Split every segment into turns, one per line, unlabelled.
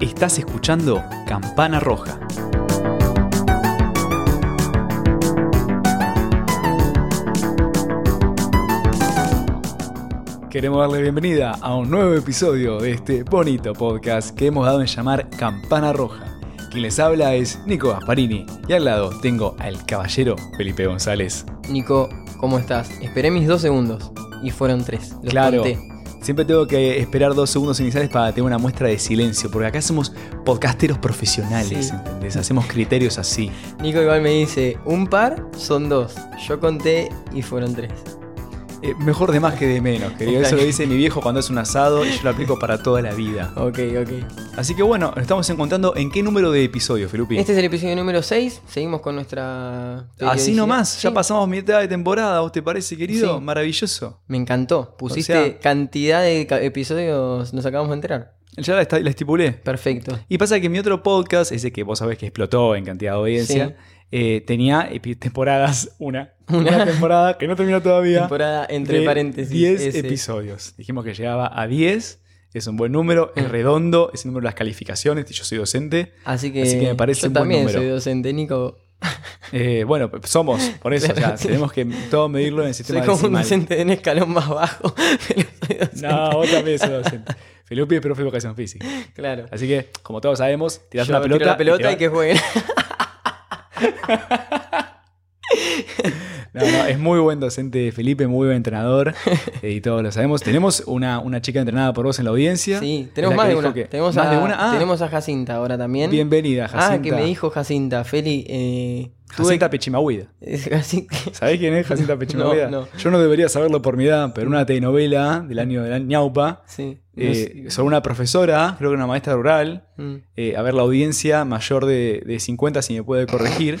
Estás escuchando Campana Roja. Queremos darle bienvenida a un nuevo episodio de este bonito podcast que hemos dado en llamar Campana Roja. Quien les habla es Nico Gasparini y al lado tengo al caballero Felipe González.
Nico, ¿cómo estás? Esperé mis dos segundos y fueron tres. Los
Claro.
conté.
Siempre tengo que esperar dos segundos iniciales para tener una muestra de silencio, porque acá somos podcasteros profesionales,
Sí.
¿entendés? Hacemos criterios así.
Nico igual me dice, un par son dos. Yo conté y fueron tres.
Eh, mejor de más que de menos, querido. Eso
Ok.
lo dice mi viejo cuando hace un asado y yo lo aplico para toda la vida.
Ok, ok.
Así que bueno, nos estamos encontrando en qué número de episodio, Felupi.
Este es el episodio número 6. Seguimos con nuestra...
Así
periodicidad.
nomás, ya
Sí.
pasamos mitad de temporada, ¿vos te parece, querido?
Sí.
Maravilloso.
Me encantó. Pusiste
O sea-
cantidad de ca- episodios, nos acabamos de enterar.
Ya la, esta- la estipulé.
Perfecto.
Y pasa que mi otro podcast, ese que vos sabés que explotó en cantidad de audiencia,
Sí.
eh, tenía epi- temporadas, una, una temporada que no terminó todavía.
Temporada entre
de
paréntesis.
10
ese.
episodios. Dijimos que llegaba a 10. Es un buen número, es
Mm.
redondo, es el número de las calificaciones. Yo soy docente.
Así que,
Así que me parece
yo
un buen
también
número.
soy docente, Nico.
Eh, bueno, somos, por eso. o sea,
Claro, sí.
tenemos que todo medirlo en el
Soy
sistema
como un
decimal.
docente de un escalón más bajo, pero soy docente.
No, vos también sos docente. Felipe es profe de educación física.
Claro.
Así que, como todos sabemos, tirás
Yo
una
tiro
pelota.
la pelota y,
te
que
va-
jueguen.
No, no, es muy buen docente Felipe, muy buen entrenador. eh, y todos lo sabemos. Tenemos una, una chica entrenada por vos en la audiencia.
Sí,
la
tenemos
que
más de
dijo
una.
que-
Tenemos,
más
a,
de una. Ah,
tenemos a Jacinta ahora también.
bienvenida, Jacinta.
Ah, que me dijo Jacinta, Feli. Eh, tuve-
Jacinta Pechimahuida.
Es Jacinta.
¿Sabés quién es Jacinta Pechimahuida?
No, no.
Yo no debería saberlo por mi edad, pero una telenovela del año de la ñaupa
Sí.
eh,
nos-
sobre una profesora, creo que una maestra rural.
Mm.
eh, a ver, la audiencia mayor de, de 50, si me puede corregir.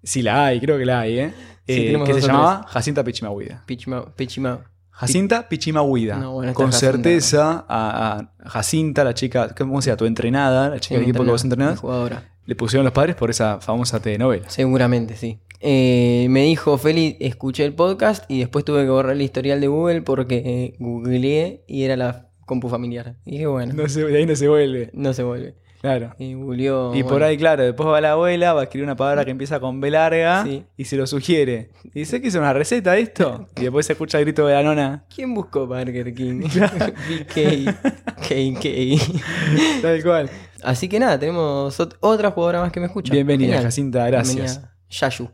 Si la hay, creo que la hay, ¿eh?
Sí,
Eh,
tenemos
que se
dos o
llamaba Jacinta Pichimahuida.
Pichimao. Pichimao.
Jacinta Pichimahuida.
No, bueno, esta
con
es Jacinta.
certeza a, a Jacinta, la chica, ¿cómo se llama? Tu entrenada, la
Sí,
chica del equipo que vos
entrenada,
entrenás,
Jugadora.
le pusieron los padres por esa famosa telenovela.
Seguramente, sí. Eh, me dijo Feli, escuché el podcast y después tuve que borrar el historial de Google porque eh, googleé y era la compu familiar. Y dije, bueno, no,
No se- de ahí no se vuelve,
se vuelve.
claro.
Y googleó.
Y por
bueno.
ahí, claro, después va la abuela, va a escribir una palabra que empieza con B larga
Sí.
y se lo sugiere. Y dice que es una receta esto. Y después se escucha el grito de la nona.
¿Quién buscó Burger King? BK. KK.
Tal cual.
Así que nada, tenemos ot- otra jugadora más que me escucha.
Bienvenida,
Genial.
Jacinta, gracias.
Bienvenida, Yayu.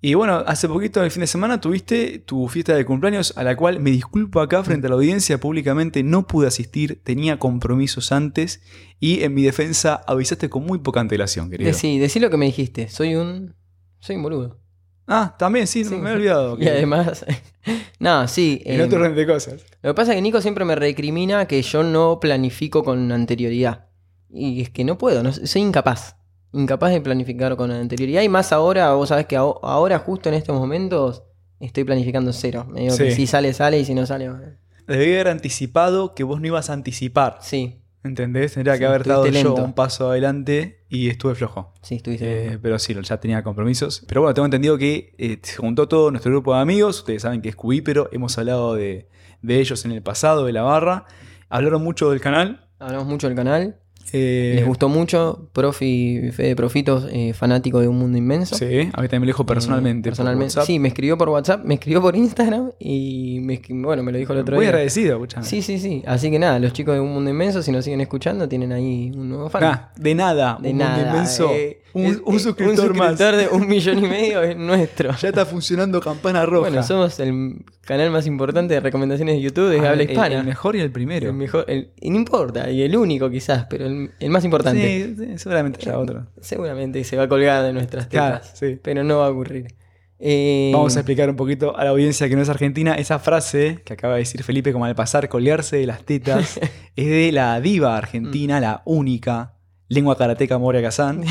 Y bueno, hace poquito, el fin de semana, tuviste tu fiesta de cumpleaños, a la cual me disculpo acá frente a la audiencia, públicamente no pude asistir, tenía compromisos antes y en mi defensa avisaste con muy poca antelación, querido.
Decí, decí lo que me dijiste. Soy un. Soy un boludo.
Ah, también, sí,
Sí.
me he olvidado.
Y
que-
además. nada, sí.
En
eh,
otro orden de cosas.
Lo que pasa es que Nico siempre me recrimina que yo no planifico con anterioridad. Y es que no puedo, no, soy incapaz. Incapaz de planificar con anterioridad. Y más ahora, vos sabés que aho- ahora, justo en estos momentos, estoy planificando cero. Me digo que
Sí.
si sale, sale y si no sale. bueno.
Debí haber anticipado que vos no ibas a anticipar.
Sí,
¿Entendés? Tendría
Sí,
que haber dado
estuviste
yo
lento.
un paso adelante y estuve flojo.
sí, estuviste.
Eh, pero sí, ya tenía compromisos. Pero bueno, tengo entendido que eh, se juntó todo nuestro grupo de amigos. Ustedes saben que es Cubípero. Hemos hablado de, de ellos en el pasado, de la barra. Hablaron mucho del canal.
Hablamos mucho del canal.
Eh,
Les gustó mucho. Profi, Fede Profitos, eh, fanático de Un Mundo Inmenso.
Sí, a mí también me lo dijo personalmente.
Eh, personalmente. Sí, me escribió por WhatsApp, me escribió por Instagram y me, escri- bueno, me lo dijo el otro
Muy
día.
agradecido, escuchame.
Sí, sí, sí. Así que nada, los chicos de Un Mundo Inmenso, si nos siguen escuchando, tienen ahí un nuevo fan.
Nah, de nada,
de
Ah, un mundo
nada.
inmenso.
eh,
un,
es-
un
eh,
suscriptor
un
más.
suscriptor de un millón y medio es nuestro.
Ya está funcionando Campana Roja.
Bueno, somos el canal más importante de recomendaciones de YouTube de
Ah,
habla
el-
hispana.
El, mejor y el primero.
El mejor, el- y no importa, y el único quizás, pero el, el más importante.
Sí, sí, seguramente ya otro.
Seguramente se va a colgar de nuestras
Claro,
tetas,
sí.
pero no va a ocurrir. Eh,
Vamos a explicar un poquito a la audiencia que no es argentina. Esa frase que acaba de decir Felipe, como al pasar, colgarse de las tetas, es de la diva
Mm.
argentina, la única lengua karateca Moria Kazan,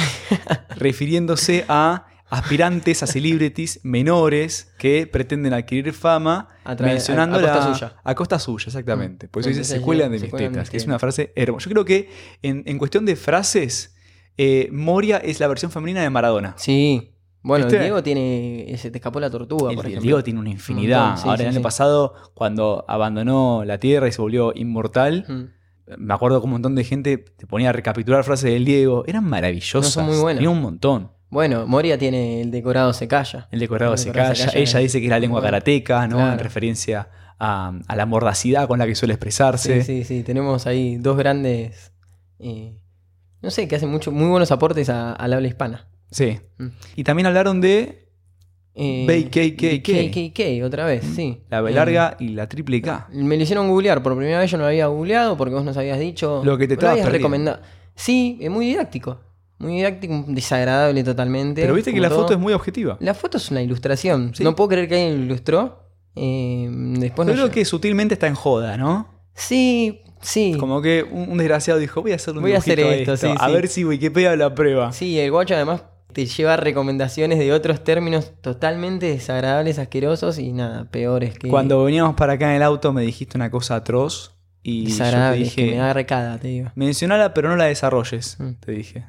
refiriéndose a aspirantes a celebrities menores que pretenden adquirir fama
A través-
mencionando
a- a costa
la-
suya.
a costa suya, exactamente. Por eso dice,
Entonces
se
yo-
cuelgan de
se
mis
cuelgan de
tetas,
mis
que es
tetas.
una frase hermosa. Yo creo que en, en cuestión de frases, eh, Moria es la versión femenina de Maradona.
Sí. Bueno,
¿Viste?
Diego tiene. eh, Se te escapó la tortuga, por
Este- El- El
ejemplo.
Diego tiene una infinidad.
montón, sí,
Ahora,
sí,
el año
sí.
pasado, cuando abandonó la Tierra y se volvió inmortal,
Mm.
me acuerdo que un montón de gente te ponía a recapitular frases del Diego. Eran maravillosas.
No, son muy buenas.
Tenía un montón.
Bueno, Moria tiene el decorado se calla.
El decorado,
El
se,
decorado
calla.
se calla,
Ella
eh.
dice que es la lengua
Bueno.
karateca, ¿no? En
Claro.
referencia a, a la mordacidad con la que suele
Sí,
expresarse.
sí, sí. Tenemos ahí dos grandes. eh, no sé, que hacen mucho, muy buenos aportes a- al habla hispana.
Sí.
Mm.
Y también hablaron de
Eh,
BKKK.
BKKK, otra vez, sí.
la B
Eh,
larga y la triple K.
Me lo hicieron googlear, por primera vez yo no lo había googleado porque vos nos habías dicho.
Lo que te
me
estabas
habías
perdiendo.
recomendado. Sí, es muy didáctico. Muy didáctico, desagradable totalmente.
Pero viste que
como
la
todo.
foto es muy objetiva.
La foto es una ilustración.
Sí.
No puedo creer que alguien lo ilustró. Eh, después
Yo
no
creo
sé.
que sutilmente está en joda, ¿no?
Sí, sí.
Como que un, un desgraciado dijo, voy a hacer un
Voy a hacer
dibujito de
esto, sí,
A
sí.
ver si Wikipedia lo aprueba.
Sí, el guacho además te lleva recomendaciones de otros términos totalmente desagradables, asquerosos y nada, peores que.
Cuando veníamos para acá en el auto me dijiste una cosa atroz y yo te
Desagradables, que me
dije,
da recada, te digo.
mencionala pero no la desarrolles,
Mm.
te dije.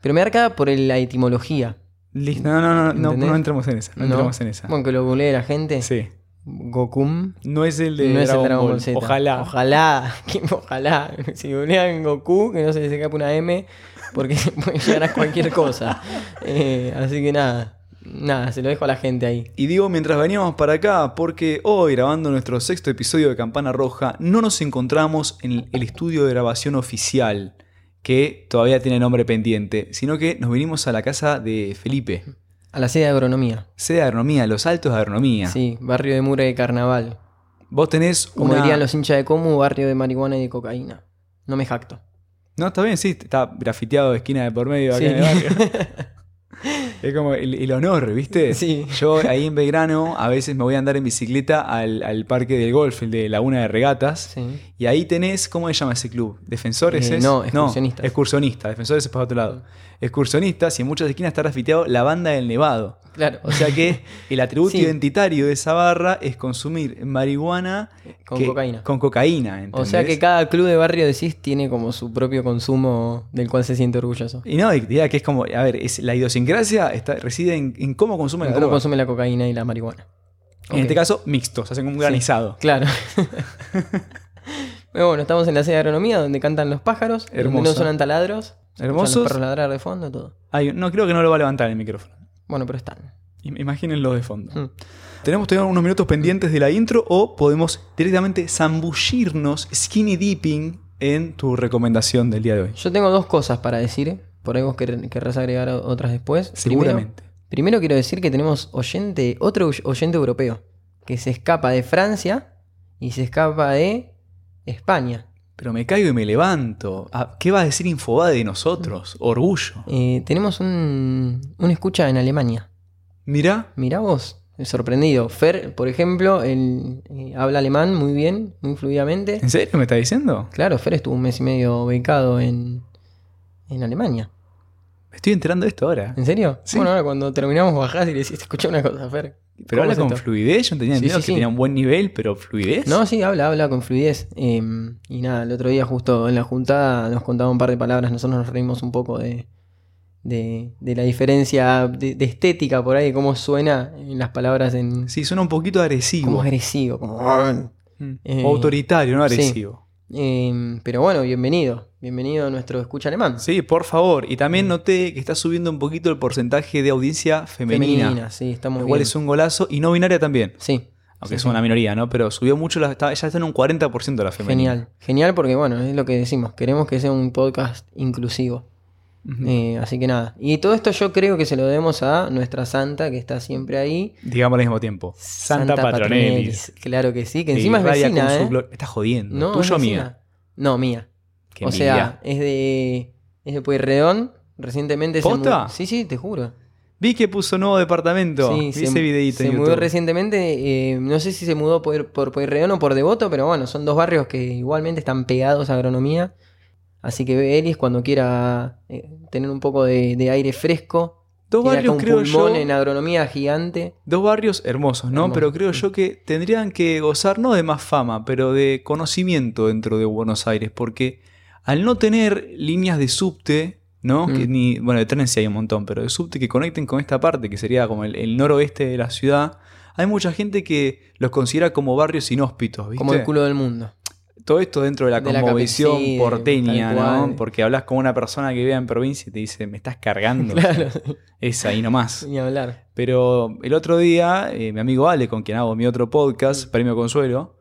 Pero me da recada por el- la etimología.
Listo, no, no, no, no,
¿Entendés?
no entremos en esa, no, entremos en esa.
Bueno, que lo googlee la gente.
Ah. Sí,
Gokum.
no es el de
no es
Dragon
el Dragon Ball
Ball,
Z.
ojalá.
Ojalá. que- Ojalá. Si googlean Goku, que no se les escape una M, porque se puede llegar a cualquier cosa. Eh, así que nada. Nada, se lo dejo a la gente ahí.
Y digo mientras veníamos para acá, porque hoy grabando nuestro sexto episodio de Campana Roja, no nos encontramos en el estudio de grabación oficial, que todavía tiene nombre pendiente, sino que nos vinimos a la casa de Felipe,
A la sede de agronomía.
sede de agronomía, los altos de agronomía.
Sí, barrio de Mura de Carnaval.
Vos tenés
Como
una...
dirían los hinchas de Comu, barrio de marihuana y de cocaína. No me jacto.
No, está bien, sí, está grafiteado de esquina de por medio acá
Sí.
en el barrio. Es como el, el honor, ¿viste?
Sí.
Yo ahí en Belgrano a veces me voy a andar en bicicleta al, al parque del golf, el de Laguna de Regatas.
Sí.
Y ahí tenés, ¿cómo se llama ese club? ¿Defensores?
Eh,
es?
no, excursionistas.
excursionistas, defensores es para otro lado. Excursionistas y en muchas esquinas está grafiteado la banda del Nevado.
Claro.
O sea que el atributo
Sí.
identitario de esa barra es consumir marihuana
Con
que-
cocaína.
Con cocaína, ¿entendés?
O sea que cada club de barrio decís tiene como su propio consumo del cual se siente orgulloso.
Y no, y dirá que es como, a ver, es, la idiosincrasia está, reside en, en cómo consumen la
¿Cómo
droga.
consume la cocaína y la marihuana?
En
Ok.
este caso, mixtos, hacen un granizado.
Claro. Pero bueno, estamos en la sede de agronomía donde cantan los pájaros, donde
Hermoso.
no sonan taladros, se escuchan
Hermosos.
los perros ladrar de fondo, todo.
Ay, no creo que no lo va a levantar el micrófono.
Bueno, pero están.
Im- Imagínenlo de fondo.
Mm.
¿Tenemos todavía unos minutos pendientes de la intro o podemos directamente zambullirnos skinny dipping en tu recomendación del día de hoy?
Yo tengo dos cosas para decir, por ahí vos quer- querrás agregar o- otras después. Primero,
Seguramente.
Primero quiero decir que tenemos oyente, otro oy- oyente europeo, que se escapa de Francia y se escapa de España.
Pero me caigo y me levanto. Ah, ¿Qué va a decir Infobade de nosotros? Orgullo.
Eh, tenemos un, un escucha en Alemania.
Mirá,
Mirá vos, sorprendido. Fer, por ejemplo, él eh, habla alemán muy bien, muy fluidamente.
¿en serio me está diciendo?
Claro, Fer estuvo un mes y medio becado en, en Alemania.
Me estoy enterando de esto ahora.
¿En serio?
Sí.
Bueno, ahora cuando terminamos bajás y le decís, escucha una cosa, Fer.
Pero
¿cómo
habla
es
con
esto?".
fluidez. Yo tenía
Sí,
entendido
sí,
que
sí.
tenía un buen nivel, pero fluidez.
No, sí, habla, habla con fluidez. Eh, y nada, el otro día justo en la juntada nos contaba un par de palabras, nosotros nos reímos un poco de, de, de la diferencia de, de estética por ahí, de cómo suena en las palabras en...
Sí, suena un poquito agresivo.
Como agresivo, como...
Mm.
Eh,
O autoritario, no
sí.
agresivo.
Eh, pero bueno, bienvenido. Bienvenido a nuestro escucha alemán.
Sí. por favor. Y también noté que está subiendo un poquito el porcentaje de audiencia femenina.
sí, está
lo
muy
cual
bien.
es un golazo. Y no binaria también.
Sí,
Aunque
Sí,
es
sí.
una minoría, ¿no? Pero subió mucho, la, está- ya está en un 40% la femenina.
genial. Genial porque, bueno, es lo que decimos. Queremos que sea un podcast inclusivo.
Ujú.
Eh, así que nada. Y todo esto yo creo que se lo debemos a nuestra santa que está siempre ahí.
Digamos al mismo tiempo. Santa, Patronelis.
Claro que sí, que
Sí,
encima es
radia
vecina,
con su
¿eh?
glo- Está jodiendo.
No,
¿Tuyo o
es
mía?
vecina. No, mía.
Qué
o sea,
envidia.
es de, es de Pueyrredón. Recientemente se mu-
¿Posta?
Sí, sí, te juro.
Vi que puso nuevo departamento.
Sí,
Vi
se,
ese videíto
se
en
mudó
YouTube.
recientemente, eh, no sé si se mudó por, por Pueyrredón o por Devoto, pero bueno, son dos barrios que igualmente están pegados a agronomía. Así que Elis, cuando quiera eh, tener un poco de, de aire fresco,
Dos
tiene acá
barrios,
un
creo
pulmón
yo.
en agronomía gigante.
Dos barrios hermosos, ¿no?
Hermosos.
Pero creo yo que tendrían que gozar no de más fama, pero de conocimiento dentro de Buenos Aires, porque al no tener líneas de subte, ¿no?
Mm.
Que ni, bueno, de tren sí hay un montón, pero de subte que conecten con esta parte, que sería como el, el noroeste de la ciudad, hay mucha gente que los considera como barrios inhóspitos, ¿viste?
Como el culo del mundo.
todo esto dentro de la
De la
cosmovisión
capi- sí,
porteña,
tal cual.
¿no? Porque hablas con una persona que vive en provincia y te dice, me estás cargando.
Claro,
Es ahí nomás.
ni hablar.
Pero el otro día, eh, mi amigo Ale, con quien hago mi otro
Mm.
podcast, Premio Consuelo,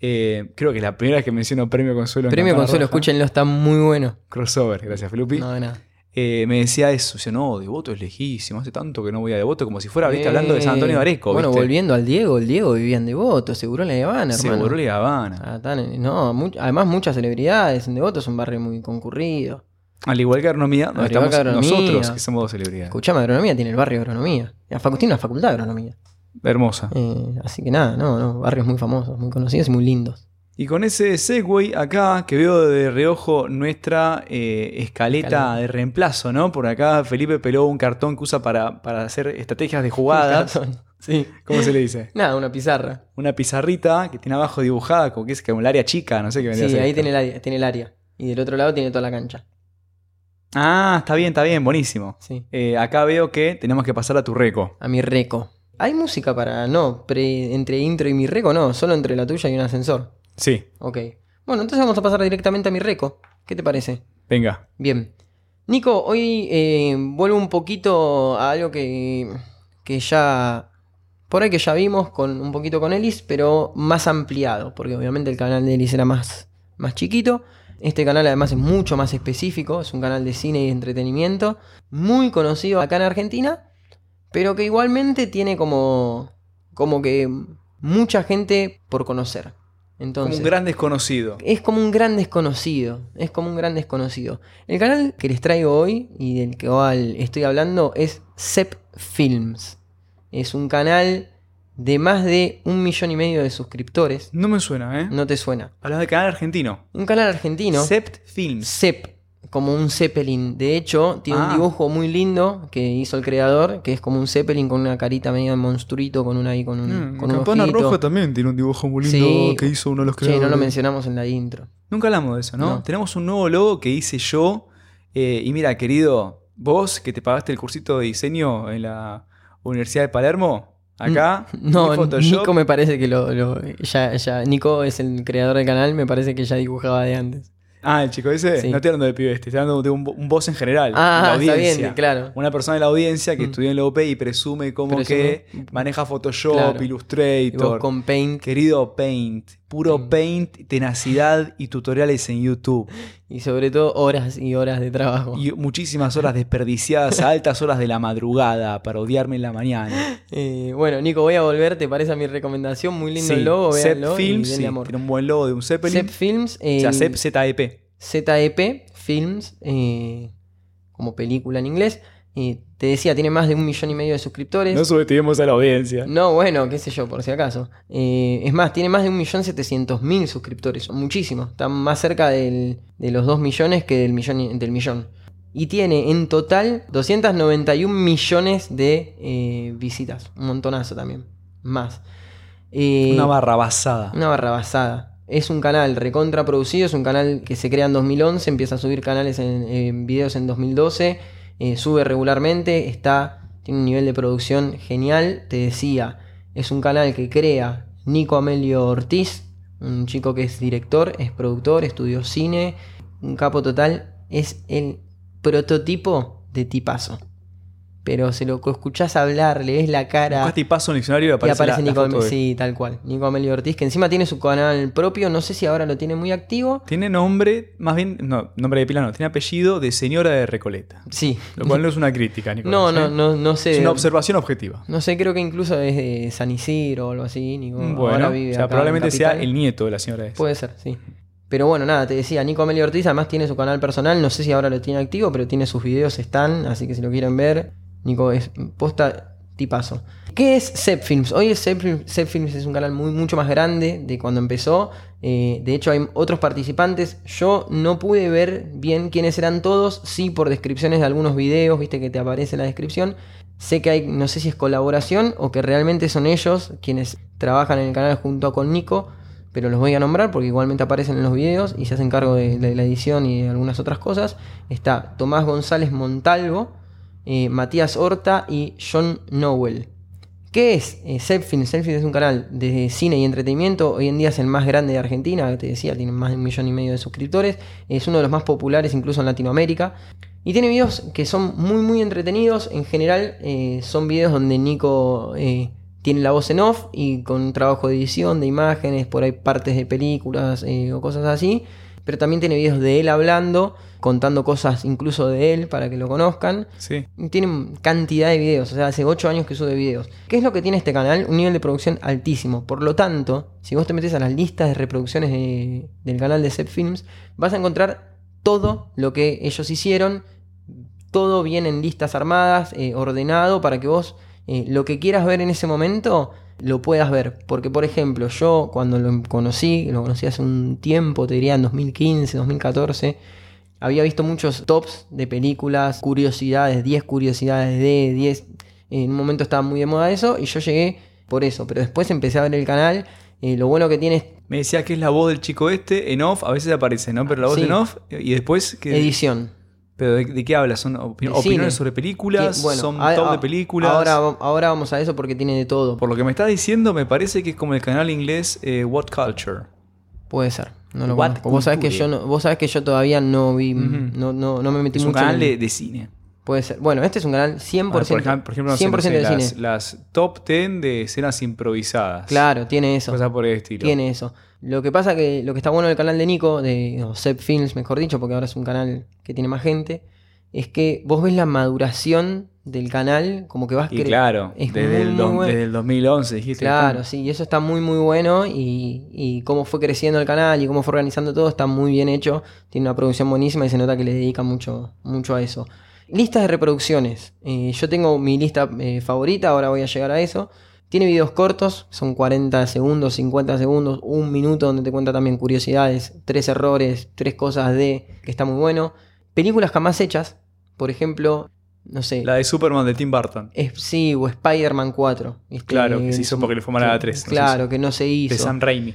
eh, creo que es la primera vez que menciono Premio Consuelo. en
Premio
Campana
Consuelo,
Roja.
escúchenlo, está muy bueno.
Crossover, gracias, Flupi.
No, nada.
Eh, me decía eso, yo no, Devoto es lejísimo, hace tanto que no voy a Devoto, como si fuera, viste, hablando de San Antonio de Areco.
Eh, Bueno,
¿viste?
volviendo al Diego, el Diego vivía en Devoto, seguro en la Habana, hermano.
Seguro y Habana.
Ah, tan en- no, mu- además muchas celebridades en Devoto es un barrio muy concurrido.
Al igual que Agronomía, donde
Al igual
estamos
que Agronomía.
nosotros, que somos dos celebridades.
Escuchame, agronomía tiene el barrio de agronomía. La facultad tiene una facultad de agronomía.
Hermosa.
Eh, así que nada, no, no, barrios muy famosos, muy conocidos y muy lindos.
Y con ese segue acá, que veo de reojo nuestra eh, escaleta
Escaleta.
de reemplazo, ¿no? Por acá Felipe peló un cartón que usa para, para hacer estrategias de jugadas.
Sí.
¿Cómo se le dice?
Nada, una pizarra.
Una pizarrita que tiene abajo dibujada, como que es como el área chica, no sé qué
Sí,
vendría a ser
ahí
esto.
tiene el, área, tiene el área. Y del otro lado tiene toda la cancha.
Ah, está bien, está bien, buenísimo.
Sí.
Eh, acá veo que tenemos que pasar a tu reco.
A mi reco. ¿Hay música para.? No, pre- entre intro y mi reco, no, solo entre la tuya y un ascensor.
Sí,
Ok. Bueno, entonces vamos a pasar directamente a mi reco. ¿Qué te parece?
venga.
Bien. Nico, hoy eh, vuelvo un poquito a algo que, que ya. Por ahí que ya vimos con, un poquito con Ellis, pero más ampliado, porque obviamente el canal de Ellis era más, más chiquito. Este canal además es mucho más específico, es un canal de cine y entretenimiento, muy conocido acá en Argentina, pero que igualmente tiene como, como que mucha gente por conocer.
Como
Entonces,
un gran desconocido.
es como un gran desconocido. Es como un gran desconocido. El canal que les traigo hoy y del que igual estoy hablando es Zep Films. Es un canal de más de un millón y medio de suscriptores.
No me suena, ¿eh?
No te suena.
Hablamos del canal argentino.
Un canal argentino.
Sept Films.
Zep, como un Zeppelin. De hecho, tiene
Ah.
un dibujo muy lindo que hizo el creador, que es como un Zeppelin con una carita medio de monstruito, con una ahí, con un, Mm, con un ojito.
Mm, también tiene un dibujo muy
Sí.
hizo uno de los
Che, no lo mencionamos en la intro.
Nunca hablamos de eso, ¿no?
No.
Tenemos un nuevo logo que hice yo. eh, y mira, querido, vos que te pagaste el cursito de diseño en la Universidad de Palermo, acá,
Mm, No,
y Photoshop.
Nico me parece que lo, lo- ya, ya- Nico es el creador del canal, me parece que ya dibujaba de antes.
Ah, el chico ese,
Sí.
no te hablando de pibe este, estoy hablando de un, vo- un voz en general.
Ah,
de la
está
audiencia.
bien, claro.
Una persona de la audiencia que
Mm.
estudió en la UP y presume como
Presume.
que maneja Photoshop,
Claro. Y vos
Illustrator.
con Paint
Querido Paint, puro
Mm.
Paint, tenacidad y tutoriales en YouTube.
y sobre todo horas y horas de trabajo.
Y muchísimas horas desperdiciadas a altas horas de la madrugada para odiarme en la mañana.
Eh, bueno, Nico, voy a volver, te parece a mi recomendación, muy lindo el logo,
Zep
véanlo y
Films,
denle
sí,
amor.
tiene un buen logo de un Zeppelin.
Zep Films, eh,
o sea,
el
Zep, E ZEP.
ZEP Films, eh, como película en inglés. Eh, te decía, tiene más de un millón y medio de suscriptores.
subestimemos a la audiencia.
No, bueno, qué sé yo, por si acaso. Eh, es más, tiene más de 1.700.000 suscriptores, son muchísimos. Están más cerca del- de los 2 millones que del millón, y- del millón. Y tiene en total 291 millones de eh, visitas. Un montonazo también. Más. Eh,
Una barra basada.
una barra basada. Es un canal recontra producido, es un canal que se crea en 2011, empieza a subir canales en, en videos en 2012, eh, sube regularmente, está, tiene un nivel de producción genial. Te decía, es un canal que crea Nico Amelio Ortiz, un chico que es director, es productor, estudió cine, un capo total, es el prototipo de tipazo. Pero se lo escuchás hablar, le ves la cara.
Buscaste este y paso un diccionario y
Y
aparece,
aparece
la- la
Nico
foto de-
sí, tal cual. Nico Amelio Ortiz, que encima tiene su canal propio, no sé si ahora lo tiene muy activo.
Tiene nombre, más bien, no, nombre de pila no, tiene apellido de señora de Recoleta.
Sí.
Lo cual no es una crítica, Nicolás.
No,
¿eh?
no, no, no sé.
Es una observación objetiva.
No sé, creo que incluso es de San Isidro o algo así. Nico ahora
Mm, Bueno,
vive
o sea,
acá en
probablemente sea
Capital.
el nieto de la señora esa.
Puede ser, sí. Pero bueno, nada, te decía, Nico Amelio Ortiz además tiene su canal personal, no sé si ahora lo tiene activo, pero tiene sus videos, están, así que si lo quieren ver, Nico es posta tipazo. ¿Qué es Zep Films? Hoy es Zep Films, Zep Films es un canal muy, mucho más grande de cuando empezó. eh, de hecho, hay otros participantes. Yo no pude ver bien quiénes eran todos, sí por descripciones de algunos videos, viste que te aparece en la descripción. Sé que hay, no sé si es colaboración o que realmente son ellos quienes trabajan en el canal junto con Nico, pero los voy a nombrar porque igualmente aparecen en los videos y se hacen cargo de, de la edición y de algunas otras cosas. Está Tomás González Montalvo, eh, Matías Horta y John Nowell. ¿Qué es eh, Zepfilm? Zepfilm es un canal de cine y entretenimiento. Hoy en día es el más grande de Argentina, te decía, tiene más de un millón y medio de suscriptores. Es uno de los más populares incluso en Latinoamérica. Y tiene videos que son muy, muy entretenidos. En general, eh, son videos donde Nico eh, tiene la voz en off y con un trabajo de edición, de imágenes, por ahí partes de películas eh, o cosas así. Pero también tiene videos de él hablando, contando cosas incluso de él para que lo conozcan.
Sí.
Tienen cantidad de videos, o sea, hace 8 años que sube videos. ¿Qué es lo que tiene este canal? Un nivel de producción altísimo. Por lo tanto, si vos te metes a las listas de reproducciones de- del canal de Zep Films, vas a encontrar todo lo que ellos hicieron. Todo bien en listas armadas, eh, ordenado, para que vos eh, lo que quieras ver en ese momento lo puedas ver. Porque, por ejemplo, yo cuando lo conocí, lo conocí hace un tiempo, te diría en 2015, 2014. Había visto muchos tops de películas, curiosidades, 10 curiosidades de 10. En un momento estaba muy de moda eso y yo llegué por eso. Pero después empecé a ver el canal. eh, lo bueno que tiene es
Me decía que es la voz del chico este, en off, a veces aparece, ¿no? Pero la voz
Sí.
en off, y después... que
edición.
¿Pero de, de qué hablas? ¿Son opi-
De cine.
opiniones sobre películas?
Que, bueno,
¿Son
a-
top
a-
de películas?
Ahora, ahora vamos a eso porque tiene de todo.
Por lo que me estás diciendo, me parece que es como el canal inglés eh, What Culture.
Puede ser. No lo
What
conozco. Vos sabés que yo
culture.
no, vos sabés que yo todavía no vi,
Ujú.
no, no, no me metí
Es un
mucho. en
canal
el-
de, de cine.
Puede ser. Bueno, este es un canal 100%.
Ah, por, ejemplo, por ejemplo, no sé,
100%
no sé,
de
las,
cine.
las top 10 de escenas improvisadas.
Claro, tiene eso.
Cosas por el estilo.
Tiene eso. Lo que pasa que lo que está bueno del canal de Nico, de o Zep Films, mejor dicho, porque ahora es un canal que tiene más gente, es que vos ves la maduración del canal, como que vas
Y
cre-
claro,
es
desde,
muy,
el
muy
dos-
bueno.
desde el 2011 dijiste.
Claro, sí, y eso está muy, muy bueno. Y, y cómo fue creciendo el canal y cómo fue organizando todo, está muy bien hecho. Tiene una producción buenísima y se nota que le dedica mucho, mucho a eso. Listas de reproducciones. Eh, yo tengo mi lista eh, favorita, ahora voy a llegar a eso. Tiene videos cortos, son 40 segundos, 50 segundos, un minuto donde te cuenta también curiosidades, tres errores, tres cosas de que está muy bueno. Películas jamás hechas, por ejemplo, no sé,
La de Superman de Tim Burton.
es- sí, o Spider-Man este, 4. ¿viste?
Claro, que se
Es
hizo
un-
porque le fue mal a la
que-
3, no se
Eh, Claro, que no se
De
hizo.
Sam Raimi.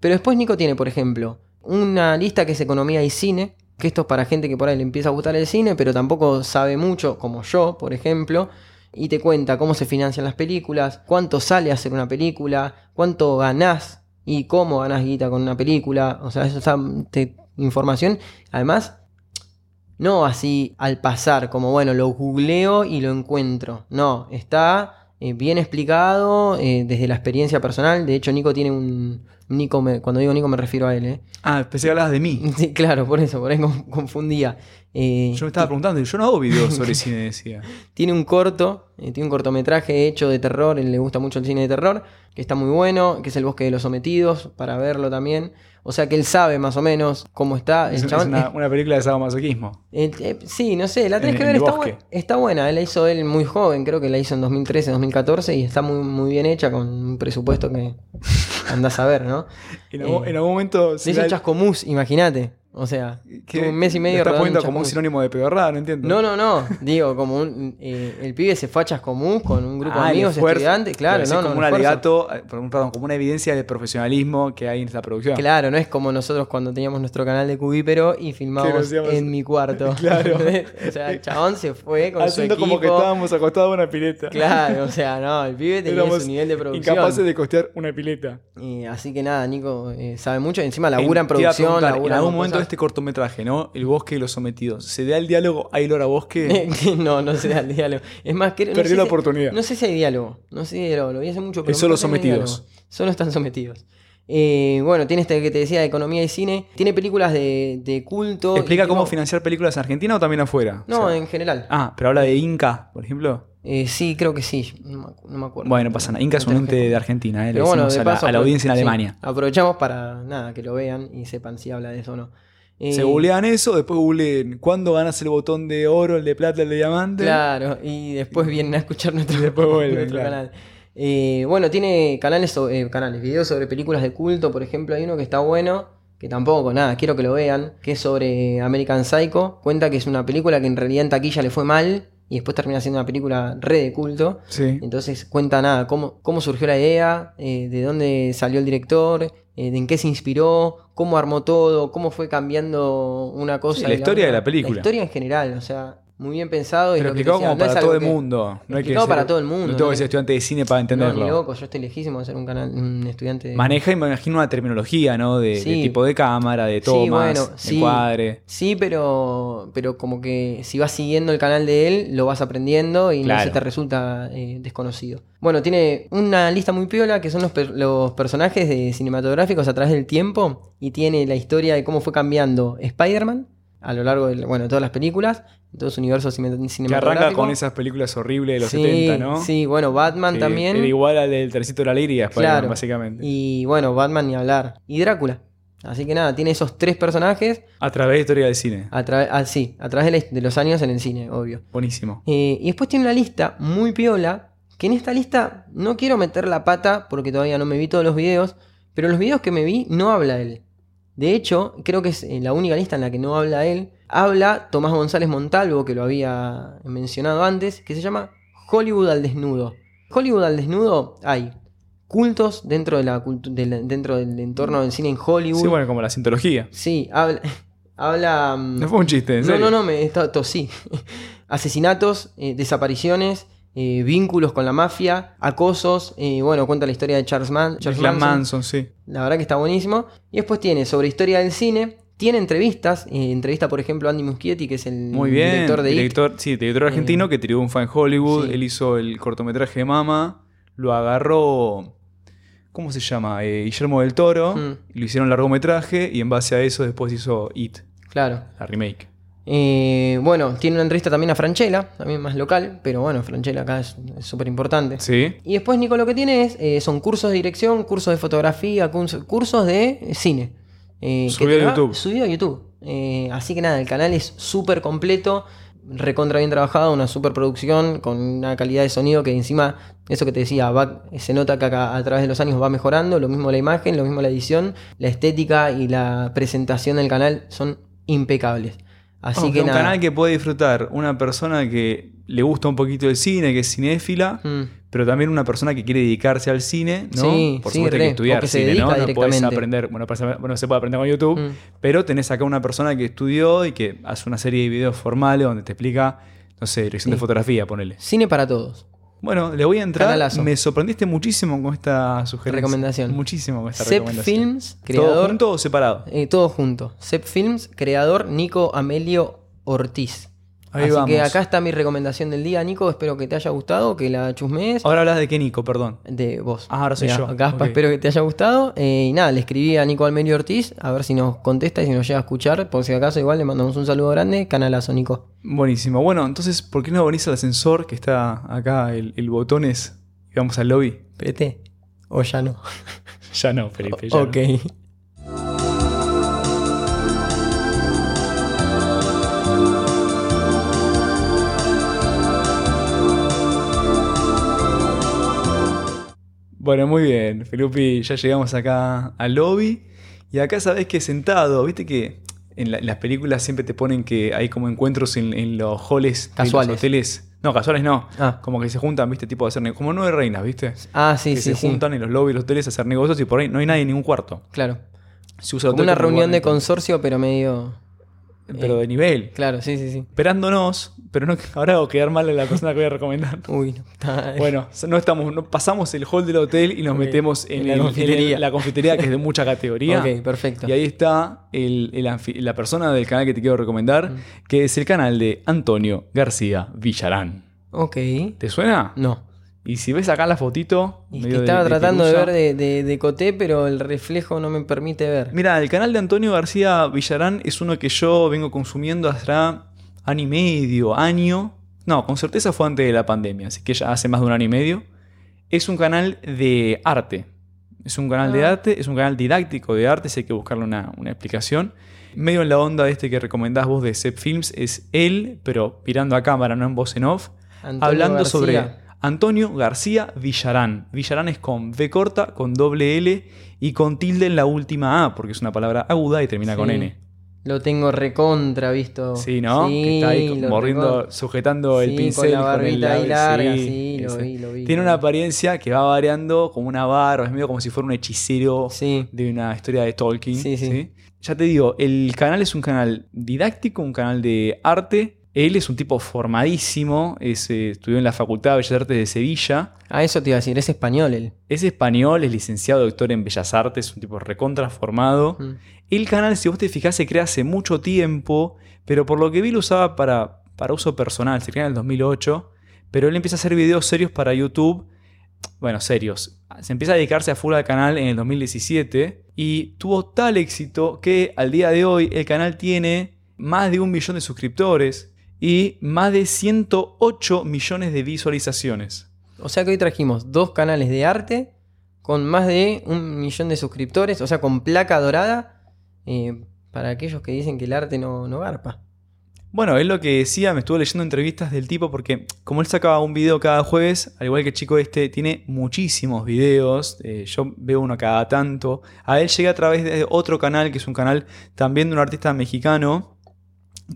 Pero después Nico tiene, por ejemplo, una lista que es economía y cine, que esto es para gente que por ahí le empieza a gustar el cine, pero tampoco sabe mucho, como yo, por ejemplo, y te cuenta cómo se financian las películas, cuánto sale hacer una película, cuánto ganás y cómo ganás guita con una película. O sea, eso está te- información. Además, no así al pasar, como bueno, lo googleo y lo encuentro. No, está eh, bien explicado eh, desde la experiencia personal. De hecho, Nico tiene un. Nico, me- cuando digo Nico me refiero a él, ¿eh?
Ah, pensé que hablabas de mí.
Sí, claro, por eso, por ahí con- confundía. Eh,
Yo me estaba preguntando, yo no hago videos sobre cine, decía.
tiene un corto, eh, tiene un cortometraje hecho de terror, él le gusta mucho el cine de terror, que está muy bueno, que es El Bosque de los Sometidos, para verlo también. O sea que él sabe más o menos cómo está. El
Es, un- es
chabón es-
una, una película de sadomasoquismo.
El- eh, sí, no sé, la tenés
En-
que
en
ver,
el
está,
bosque.
buen- está buena, eh, la hizo él muy joven, creo que la hizo en 2013, 2014 y está muy, muy bien hecha con un presupuesto que andás a ver, ¿no?
En, algún-
Eh,
en algún momento.
Le
se
hizo
da-
chascomús, imagínate, o sea,
que
tuvo un mes y
lo
medio
Está
rodando en
poniendo como un
Chascomús.
sinónimo de pedorrada, no entiendo.
No, no, no, digo, como un, eh, el pibe se fue a Chascomús con un grupo
Ah,
de
el
amigos,
esfuerzo.
estudiantes, claro,
es
no, no,
como
el
un
esfuerzo.
alegato, eh, perdón, perdón, como una evidencia de profesionalismo que hay en esta producción.
Claro, no es como nosotros cuando teníamos nuestro canal de Cubípero y
Que lo
filmábamos
hacíamos-
en mi cuarto.
Claro.
o sea, el chabón se fue con
Haciendo
su equipo.
como que estábamos acostados a una pileta.
Claro, o sea, no, el pibe tenía
Éramos
su nivel de producción.
Incapaces de costear una pileta.
Y así que nada, Nico eh, sabe mucho. y Encima labura en
Te iba a
producción,
preguntar,
labura
En algún momento de
cosas.
este cortometraje, ¿no? El bosque y los sometidos. ¿Se da el diálogo a Aylora Bosque?
Que no, no se da el diálogo. Es más, que
este- Perdió la oportunidad.
No sé si hay diálogo. No sé si hay diálogo. Lo vi hace mucho, pero.
Es solo
no sé si hay
sometidos.
diálogo. Solo están sometidos. Eh, bueno, tiene este que te decía de economía y cine. Tiene películas de, de culto.
¿Explica
y
cómo
tipo-
financiar películas en Argentina o también afuera?
No,
O sea,
en general.
Ah, pero habla de Inca, por ejemplo.
Eh, sí, creo que sí. No me, acu- no me acuerdo.
Bueno, no pasa nada. Inca es
No
un
te-
ente de Argentina, ¿eh? Le
Pero bueno,
decimos
de
a, la,
paso,
a la
apro-
audiencia en
sí,
Alemania.
aprovechamos para nada, que lo vean y sepan si habla de eso o no. Eh,
Se googlean eso, después googleen cuándo ganas el botón de oro, el de plata, el de diamante.
Claro, y después vienen a escuchar nuestro,
Y después vuelven,
nuestro
claro.
canal. Eh, bueno, tiene canales, so- eh, canales, videos sobre películas de culto, por ejemplo, hay uno que está bueno, que tampoco, nada, quiero que lo vean, que es sobre American Psycho, cuenta que es una película que en realidad en taquilla le fue mal y después termina siendo una película re de culto.
Sí.
Entonces cuenta nada, cómo, cómo surgió la idea, eh, de dónde salió el director, eh, de en qué se inspiró, cómo armó todo, cómo fue cambiando una cosa.
Sí, la historia de
otra.
la película.
La historia en general, o sea, muy bien pensado. y
Pero
lo que te
explicado
decía,
como
no es
para
algo
todo el
que-
mundo. No hay que
Explicado
ser-
para todo el mundo,
No tengo
no
que
hay-
ser estudiante de cine para
No, ni
entenderlo.
loco, yo estoy lejísimo de ser un canal, un estudiante. de-
Maneja, me imagino, una terminología, ¿no? De, de
Sí.
tipo de cámara, de
Sí,
tomas,
bueno,
de
sí.
encuadre.
Sí, pero, pero como que si vas siguiendo el canal de él, lo vas aprendiendo y no
Claro.
se te resulta eh, desconocido. Bueno, tiene una lista muy piola que son los, per- los personajes de cinematográficos a través del tiempo y tiene la historia de cómo fue cambiando Spider-Man a lo largo de bueno, de todas las películas, de todo su universo cine-
Que
cinematográfico.
arranca con esas películas horribles de los
Sí,
70, ¿no?
Sí, bueno, Batman
Que
también.
Era igual al del Tercito de la Liria,
Claro.
básicamente.
Y bueno, Batman ni hablar. Y Drácula. Así que nada, tiene esos tres personajes
A través de historia del cine.
a, tra- ah, sí, a través de, la his- de los años en el cine, obvio.
Buenísimo.
Eh, y después tiene una lista muy piola, que en esta lista no quiero meter la pata porque todavía no me vi todos los videos, pero los videos que me vi no habla él. De hecho, creo que es eh, la única lista en la que no habla él. Habla Tomás González Montalvo, que lo había mencionado antes, que se llama Hollywood al desnudo. Hollywood al desnudo hay cultos dentro, de la cultu- de la- dentro del entorno del cine en Hollywood.
Sí, bueno, como la cientología.
Sí, habla... habla mm,
No fue un chiste, en
no,
serio.
no, no, me to- tosí. Asesinatos, eh, desapariciones, eh, vínculos con la mafia, acosos. eh, bueno, cuenta la historia de Charles, Man
De
Charles
Clan
Manson.
Manson, sí.
La verdad que está buenísimo. Y después tiene sobre historia del cine. Tiene entrevistas. eh, entrevista, por ejemplo, a Andy Muschietti, que es el
Muy bien.
Mm, director de It.
sí, director argentino que triunfa en Hollywood.
sí.
Él hizo el cortometraje de Mama. Lo agarró. ¿Cómo se llama? Eh, Guillermo del Toro.
Mm.
Lo hicieron largometraje y en base a eso después hizo It,
Claro.
la remake.
Eh, bueno, tiene una entrevista también a Franchella, también más local, pero bueno, Franchella acá es es súper importante.
Sí.
Y después, Nico, lo que tiene es, eh, son cursos de dirección, cursos de fotografía, curs- cursos de cine. Eh, que
Subido
te
a
va-
YouTube.
Subido a YouTube. Eh, así que nada, el canal es súper completo, recontra bien trabajado, una super producción con una calidad de sonido que encima, eso que te decía, va- se nota que acá a través de los años va mejorando, lo mismo la imagen, lo mismo la edición, la estética y la presentación del canal son impecables. Así
Vamos,
que
un
nada.
canal que puede disfrutar una persona que le gusta un poquito el cine, que es cinéfila,
Mm.
pero también una persona que quiere dedicarse al cine, ¿no?
Sí,
Por supuesto
sí,
hay
re,
que estudiar
o que se
cine,
dedica
¿no? No podés
directamente.
aprender, bueno, pasa- bueno, se puede aprender con YouTube,
Mm.
pero tenés acá una persona que estudió y que hace una serie de videos formales donde te explica, no sé, dirección de
Sí.
fotografía, ponele.
Cine para todos.
Bueno, le voy a entrar.
Canalazo.
Me sorprendiste muchísimo con esta sugerencia.
Recomendación.
Muchísimo con esta
Sep
recomendación.
Films,
¿Todo
creador.
junto o separado?
Eh, todo junto. Sep Films, creador Nico Amelio Ortiz.
Ahí
Así
vamos.
que acá está mi recomendación del día, Nico. Espero que te haya gustado, que la chusmees.
Ahora hablas de qué Nico, perdón.
De vos.
Ah, ahora soy
De
yo.
Gas- Gaspa,
Ok.
espero que te haya gustado. Eh, y nada, le escribí a Nico Amelio Ortiz, a ver si nos contesta y si nos llega a escuchar. Por si acaso, igual le mandamos un saludo grande. Canalazo, Nico.
Buenísimo. Bueno, entonces, ¿por qué no venís al ascensor que está acá, el, el botones, y vamos al lobby?
Espérate. O ya no.
Ya no, Felipe.
ok.
Bueno, muy bien, Felipe, ya llegamos acá al lobby. Y acá sabés que sentado, viste que en, la- en las películas siempre te ponen que hay como encuentros en, en los halls, de
Casuales.
los hoteles. No, casuales no.
Ah.
Como que se juntan, viste, tipo de hacer ne- Como nueve reinas, viste.
Ah, sí,
que
sí,
se
sí.
juntan en los lobbies de los hoteles a hacer negocios y por ahí no hay nadie en ningún cuarto.
Claro.
Se usa el
Como
hotel
una
como
reunión de
lugar
consorcio, pero medio.
Pero de nivel.
Claro, sí, sí, sí.
Esperándonos, pero no, ahora hago quedar mal a la persona que voy a recomendar.
Uy, no. está-
Bueno, no estamos, no, pasamos el hall del hotel y nos
Ok,
metemos en,
en la
el- en el-
confitería.
la confitería, que es de mucha categoría.
Ok, perfecto.
Y ahí está el- el anfi- la persona del canal que te quiero recomendar,
Mm.
que es el canal de Antonio García Villarán.
Ok.
¿Te suena?
No.
Y si ves acá la fotito,
Mm. Y
medio
que estaba tratando de
pirulla.
ver de, de, de coté, pero el reflejo no me permite ver.
Mira, el canal de Antonio García Villarán es uno que yo vengo consumiendo hasta año y medio, año. No, con certeza fue antes de la pandemia, así que ya hace más de un año y medio. Es un canal de arte. Es un canal de
Ah.
arte, es un canal didáctico de arte, si hay que buscarle una, una explicación. Medio en la onda de este que recomendás vos de Sep Films, es él, pero mirando a cámara, no en voz en off,
Antonio
hablando
García.
sobre Antonio García Villarán. Villarán es con V corta, con doble L y con tilde en la última A, porque es una palabra aguda y termina con
Sí.
N.
Lo tengo recontra visto.
Sí, ¿no? que está ahí
lo
mordiendo,
recontra-
sujetando el
Sí,
pincel
con la
el
barbita ahí
labio,
larga, sí, lo
ese.
vi, lo vi.
Tiene una apariencia que va variando como una barba, es medio como si fuera un hechicero
Sí.
de una historia de Tolkien.
Sí, sí.
¿sí? Ya te digo, el canal es un canal didáctico, un canal de arte. Él es un tipo formadísimo, es, eh, estudió en la Facultad de Bellas Artes de Sevilla,
A eso te iba a decir, es español él.
es español, es licenciado doctor en Bellas Artes, un tipo recontra formado.
Mm.
El canal, si vos te fijás, se crea hace mucho tiempo, pero por lo que vi lo usaba para, para uso personal, se crea en el 2008, pero él empieza a hacer videos serios para YouTube, bueno, serios. Se empieza a dedicarse a full al canal en el 2017 y tuvo tal éxito que al día de hoy el canal tiene más de un millón de suscriptores y más de 108 millones de visualizaciones.
O sea que hoy trajimos dos canales de arte con más de un millón de suscriptores, o sea, con placa dorada, eh, para aquellos que dicen que el arte no, no garpa.
Bueno, es lo que decía, me estuve leyendo entrevistas del tipo porque como él sacaba un video cada jueves, al igual que el chico este, tiene muchísimos videos, eh, yo veo uno cada tanto, a él llega a través de otro canal, que es un canal también de un artista mexicano,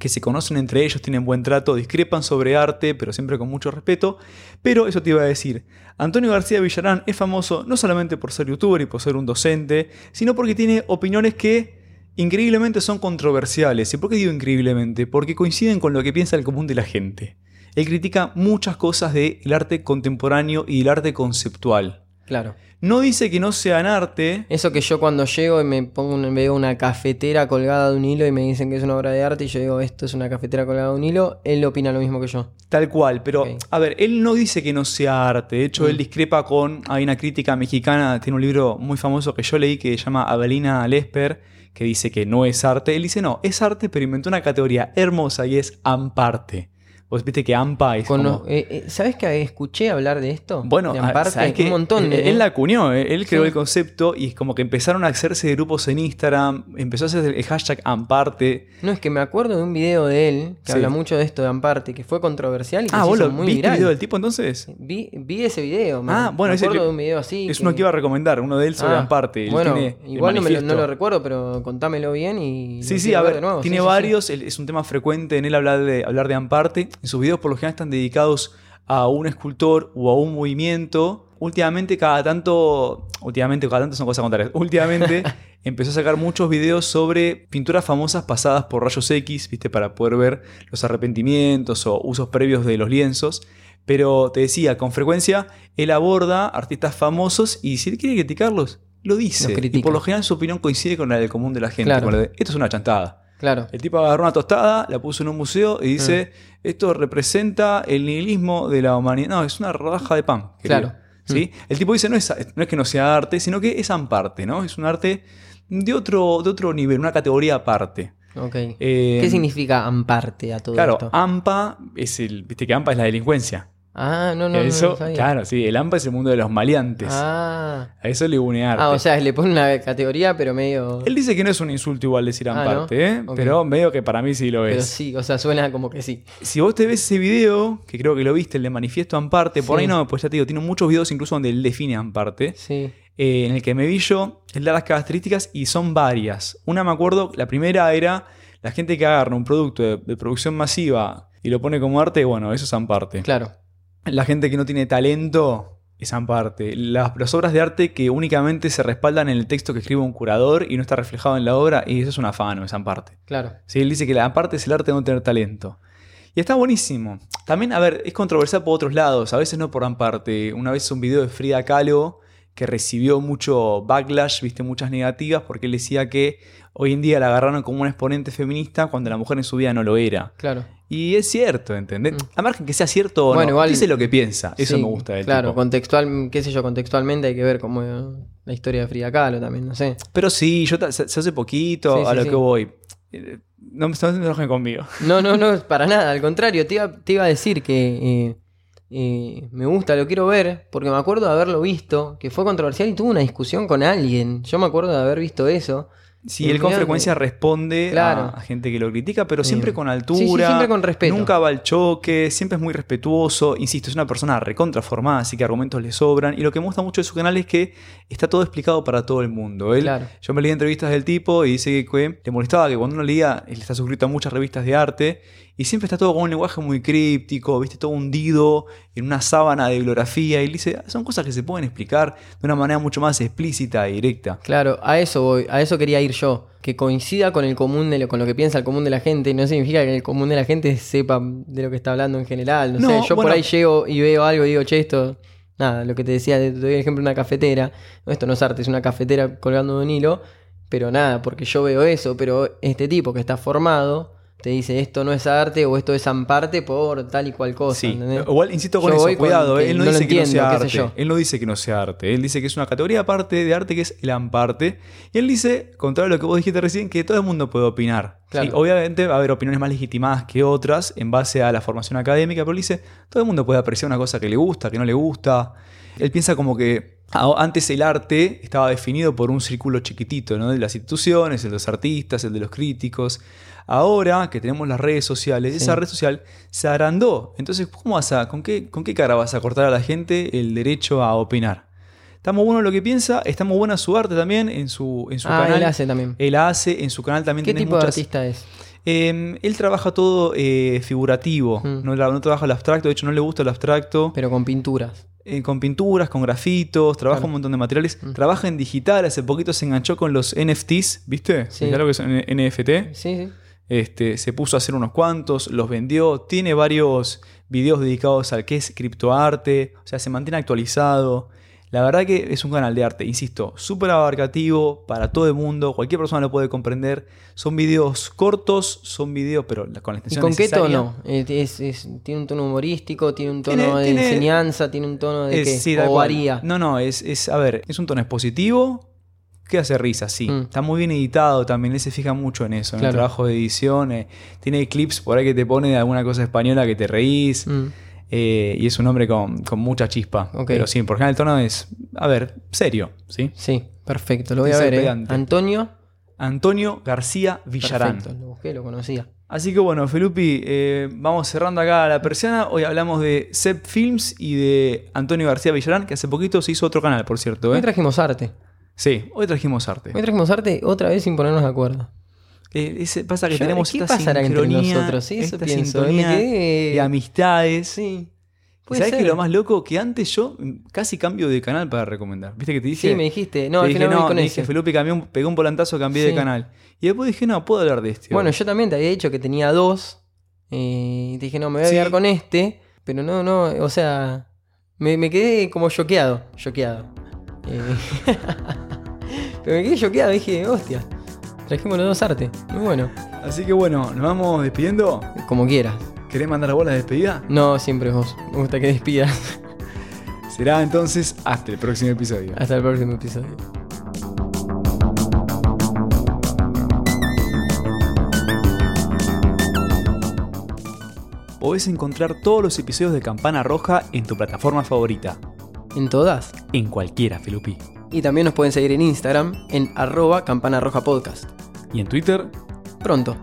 que se conocen entre ellos, tienen buen trato, discrepan sobre arte, pero siempre con mucho respeto, pero eso te iba a decir, Antonio García Villarán es famoso no solamente por ser youtuber y por ser un docente, sino porque tiene opiniones que increíblemente son controversiales. ¿Y por qué digo increíblemente? Porque coinciden con lo que piensa el común de la gente. Él critica muchas cosas del arte contemporáneo y del arte conceptual.
Claro.
No dice que no sean arte,
Eso que yo cuando llego y me pongo un- veo una cafetera colgada de un hilo y me dicen que es una obra de arte y yo digo esto es una cafetera colgada de un hilo, él opina lo mismo que yo.
Tal cual, pero
Ok.
a ver, él no dice que no sea arte. De hecho,
Mm.
él discrepa con. Hay una crítica mexicana, tiene un libro muy famoso que yo leí que se llama Abelina Lesper, que dice que no es arte. Él dice no, es arte, pero inventó una categoría hermosa y es amparte. Vos viste que AMPA es.
Cono-
como-
eh, eh, ¿Sabes que escuché hablar de esto?
Bueno,
de
ah,
Amparte,
¿sabés qué?
un montón
Él,
de...
él la acuñó, eh. él creó
Sí.
el concepto y es como que empezaron a hacerse grupos en Instagram, empezó a hacer el hashtag amparte.
No, es que me acuerdo de un video de él
Sí.
que habla mucho de esto de Amparte, que fue controversial y que
Ah,
se
vos
hizo
lo
muy
viste el
viral.
video del tipo entonces.
Vi, vi ese video, me-
Ah, bueno,
me
ese
acuerdo
que-
de un video así.
Es uno que iba a recomendar, uno de él sobre
Ah,
Amparte. Él
bueno,
tiene el
igual no, me lo, no
manifiesto.
lo recuerdo, pero contámelo bien y.
Sí,
lo
sí,
quiero
a ver,
de nuevo.
tiene
Sí, sí, sí.
varios, el- es un tema frecuente en él hablar de, hablar de Amparte. En sus videos por lo general están dedicados a un escultor o a un movimiento. Últimamente, cada tanto, últimamente, cada tanto son cosas contrarias. Últimamente empezó a sacar muchos videos sobre pinturas famosas pasadas por rayos X, ¿viste? Para poder ver los arrepentimientos o usos previos de los lienzos. Pero te decía, con frecuencia él aborda artistas famosos y si él quiere criticarlos, lo dice. y
critica.
por lo general su opinión coincide con la del común de la gente.
Claro.
con la de, esto es una chantada.
Claro.
El tipo agarró una tostada, la puso en un museo y dice,
Mm.
esto representa el nihilismo de la humanidad. No, es una rodaja de pan. querido.
Claro. Mm.
¿Sí? El tipo dice, no es, no es que no sea arte, sino que es amparte, ¿no? Es un arte de otro, de otro nivel, una categoría aparte.
Ok.
Eh,
¿Qué significa Amparte a todo
Claro,
esto?
AMPA es el. Viste que AMPA es la delincuencia.
Ah, no, no. no,
Eso,
no sabía.
claro, sí, el AMPA es el mundo de los maleantes.
Ah.
A eso le une arte.
Ah, o sea, le pone una categoría, pero medio.
Él dice que no es un insulto igual decir
Ah,
amparte, ¿eh?
Ok.
pero medio que para mí sí lo
Pero
es.
sí, o sea, suena como que sí.
Si vos te ves ese video, que creo que lo viste, el de Manifiesto Amparte, por
Sí.
ahí no, pues ya te digo, tiene muchos videos incluso donde él define Amparte,
Sí.
eh, en el que me vi yo, él da las características y son varias. Una me acuerdo, la primera era la gente que agarra un producto de, de producción masiva y lo pone como arte, bueno, eso es Amparte.
Claro.
La gente que no tiene talento es amparte. Las, las obras de arte que únicamente se respaldan en el texto que escribe un curador y no está reflejado en la obra, y eso es un afano, es amparte.
Claro.
Sí, él dice que la amparte es el arte de no tener talento. Y está buenísimo. También, a ver, es controversial por otros lados, a veces no por amparte. Una vez un video de Frida Kahlo que recibió mucho backlash, viste, muchas negativas, porque él decía que hoy en día la agarraron como una exponente feminista cuando la mujer en su vida no lo era.
Claro.
Y es cierto, ¿entendés?
Mm.
A margen que sea cierto o
Bueno,
no,
igual-
dice lo que piensa. Eso
Sí,
me gusta del
Claro,
tipo.
contextual, qué sé yo, contextualmente hay que ver como eh, la historia de Frida Kahlo también, no sé.
Pero sí, yo ta- se se hace poquito
Sí,
a
sí,
lo
sí.
que voy. Eh, No, me- no se enojen conmigo.
No, no, no, para nada. Al contrario, te iba, te iba a decir que eh, eh, me gusta, lo quiero ver, porque me acuerdo de haberlo visto, que fue controversial y tuvo una discusión con alguien. Yo me acuerdo de haber visto eso.
Sí,
Y
él con
mirá que-
frecuencia responde a-
Claro.
a, gente que lo critica, pero
Eh,
siempre con altura.
sí, sí, siempre con respeto.
Nunca va al choque, siempre es muy respetuoso. Insisto, es una persona recontraformada, así que argumentos le sobran. Y lo que me gusta mucho de su canal es que está todo explicado para todo el mundo. Él
Claro.
Yo me leí entrevistas del tipo y dice que, que le molestaba que cuando uno leía, él está suscrito a muchas revistas de arte, y Y siempre está todo con un lenguaje muy críptico, ¿viste? Todo hundido en una sábana de bibliografía. Y él dice, "Ah, son cosas que se pueden explicar de una manera mucho más explícita y directa.
Claro, a eso voy, a eso quería ir yo. Que coincida con el común de lo, con lo que piensa el común de la gente, no significa que el común de la gente sepa de lo que está hablando en general. No,
No,
sé, yo por
bueno.
ahí llego y veo algo y digo, che, esto, nada, lo que te decía, te doy el ejemplo de una cafetera. No, esto no es arte, es una cafetera colgando de un hilo, pero nada, porque yo veo eso, pero este tipo que está formado te dice esto no es arte o esto es amparte por tal y cual cosa.
Sí.
¿entendés?
Igual insisto con
Yo voy
eso,
con
cuidado,
que
él no,
no lo
dice que no sea
entiendo, qué
arte.
sé yo.
Él no dice que no sea arte, él dice que es una categoría aparte de arte que es el amparte. Y él dice, contrario a lo que vos dijiste recién, que todo el mundo puede opinar.
Claro.
Sí, obviamente va a haber opiniones más legitimadas que otras en base a la formación académica, pero él dice, todo el mundo puede apreciar una cosa que le gusta, que no le gusta. Él piensa como que a- antes el arte estaba definido por un círculo chiquitito, ¿no? De las instituciones, el de los artistas, el de los críticos. Ahora que tenemos las redes sociales,
Sí.
esa red social se agrandó. Entonces, ¿cómo vas a, con, qué, ¿con qué cara vas a cortar a la gente el derecho a opinar? Está muy bueno lo que piensa, está muy buena su arte también en su, en su
ah,
canal.
él hace también.
Él hace, en su canal también
¿Qué
tenés
tipo de
muchas-
artista es?
Eh, él trabaja todo eh, figurativo,
Mm.
no, la- no trabaja el abstracto, de hecho no le gusta el abstracto,
Pero con pinturas.
Eh, con pinturas, con grafitos, trabaja
Claro.
un montón de materiales,
Mm.
trabaja en digital, hace poquito se enganchó con los NFTs, ¿viste?
Sí.
Mirá lo que son NFT?
Sí, sí.
Este, se puso a hacer unos cuantos, los vendió, tiene varios videos dedicados al que es criptoarte, o sea, se mantiene actualizado. La verdad que es un canal de arte, insisto, súper abarcativo para todo el mundo, cualquier persona lo puede comprender. Son videos cortos, son videos, pero la- con la
¿Y
extensión
con qué
necesaria.
tono? Eh, es- es- ¿Tiene un tono humorístico? ¿Tiene un tono
Tiene-
de
tiene-
enseñanza? ¿Tiene un tono de
Es-
qué?
sí, tal
¿O
cual.
varía?
No, no, es, es, a ver, es un tono expositivo que hace risa, sí.
Mm.
Está muy bien editado también, él se fija mucho en eso, en el
Claro.
trabajo de edición. eh, Tiene clips por ahí que te pone de alguna cosa española que te reís.
Mm,
Eh, y es un hombre con, con mucha chispa.
Ok.
Pero sí, por general el tono es, a ver, serio, ¿sí?
sí, perfecto. Lo voy a
Es
ver. eh.
pegante.
Antonio.
Antonio García Villarán. ¿Eh?
Perfecto, lo busqué, lo conocía.
Así que bueno, Felupi, eh, vamos cerrando acá la persiana. Hoy hablamos de Seb Films y de Antonio García Villarán, que hace poquito se hizo otro canal, por cierto.
Hoy
¿eh?
trajimos arte.
Sí, hoy trajimos arte.
Hoy trajimos arte otra vez sin ponernos de acuerdo.
Eh, ese- pasa que
Yo-
tenemos
¿Qué
esta
pasará entre
sincronía,
nosotros? Sí, eso
esta
pienso, ¿eh? Me
sintonía
quedé-
de amistades.
Sí.
¿Y
Puede
¿Sabes
ser.
qué es lo más loco? Que antes yo mm, casi cambio de canal para recomendar. ¿Viste que te dije?
Sí, me dijiste.
Te
No, al
dije,
final voy con
le
ese.
dije, Felupe cambió un- pegó un volantazo, cambié de
Sí.
canal. Y después dije, no, puedo hablar de este.
Bueno, yo también te había dicho que tenía dos. eh, Y te dije, no, me voy a
Sí.
quedar con este. Pero no, no, o sea. Me, me quedé como choqueado. Choqueado. Eh, pero me quedé choqueado. Dije, hostia. Trajimos los dos artes. Muy bueno.
Así que bueno, nos vamos despidiendo.
Como quieras.
¿Querés mandar bolas de despedida?
No, siempre vos. Me gusta que despidas.
Será entonces hasta el próximo episodio.
Hasta el próximo episodio.
Podés encontrar todos los episodios de Campana Roja en tu plataforma favorita.
En todas.
En cualquiera, Felupi.
Y también nos pueden seguir en Instagram en arroba campana roja podcast.
Y en Twitter,
Pronto.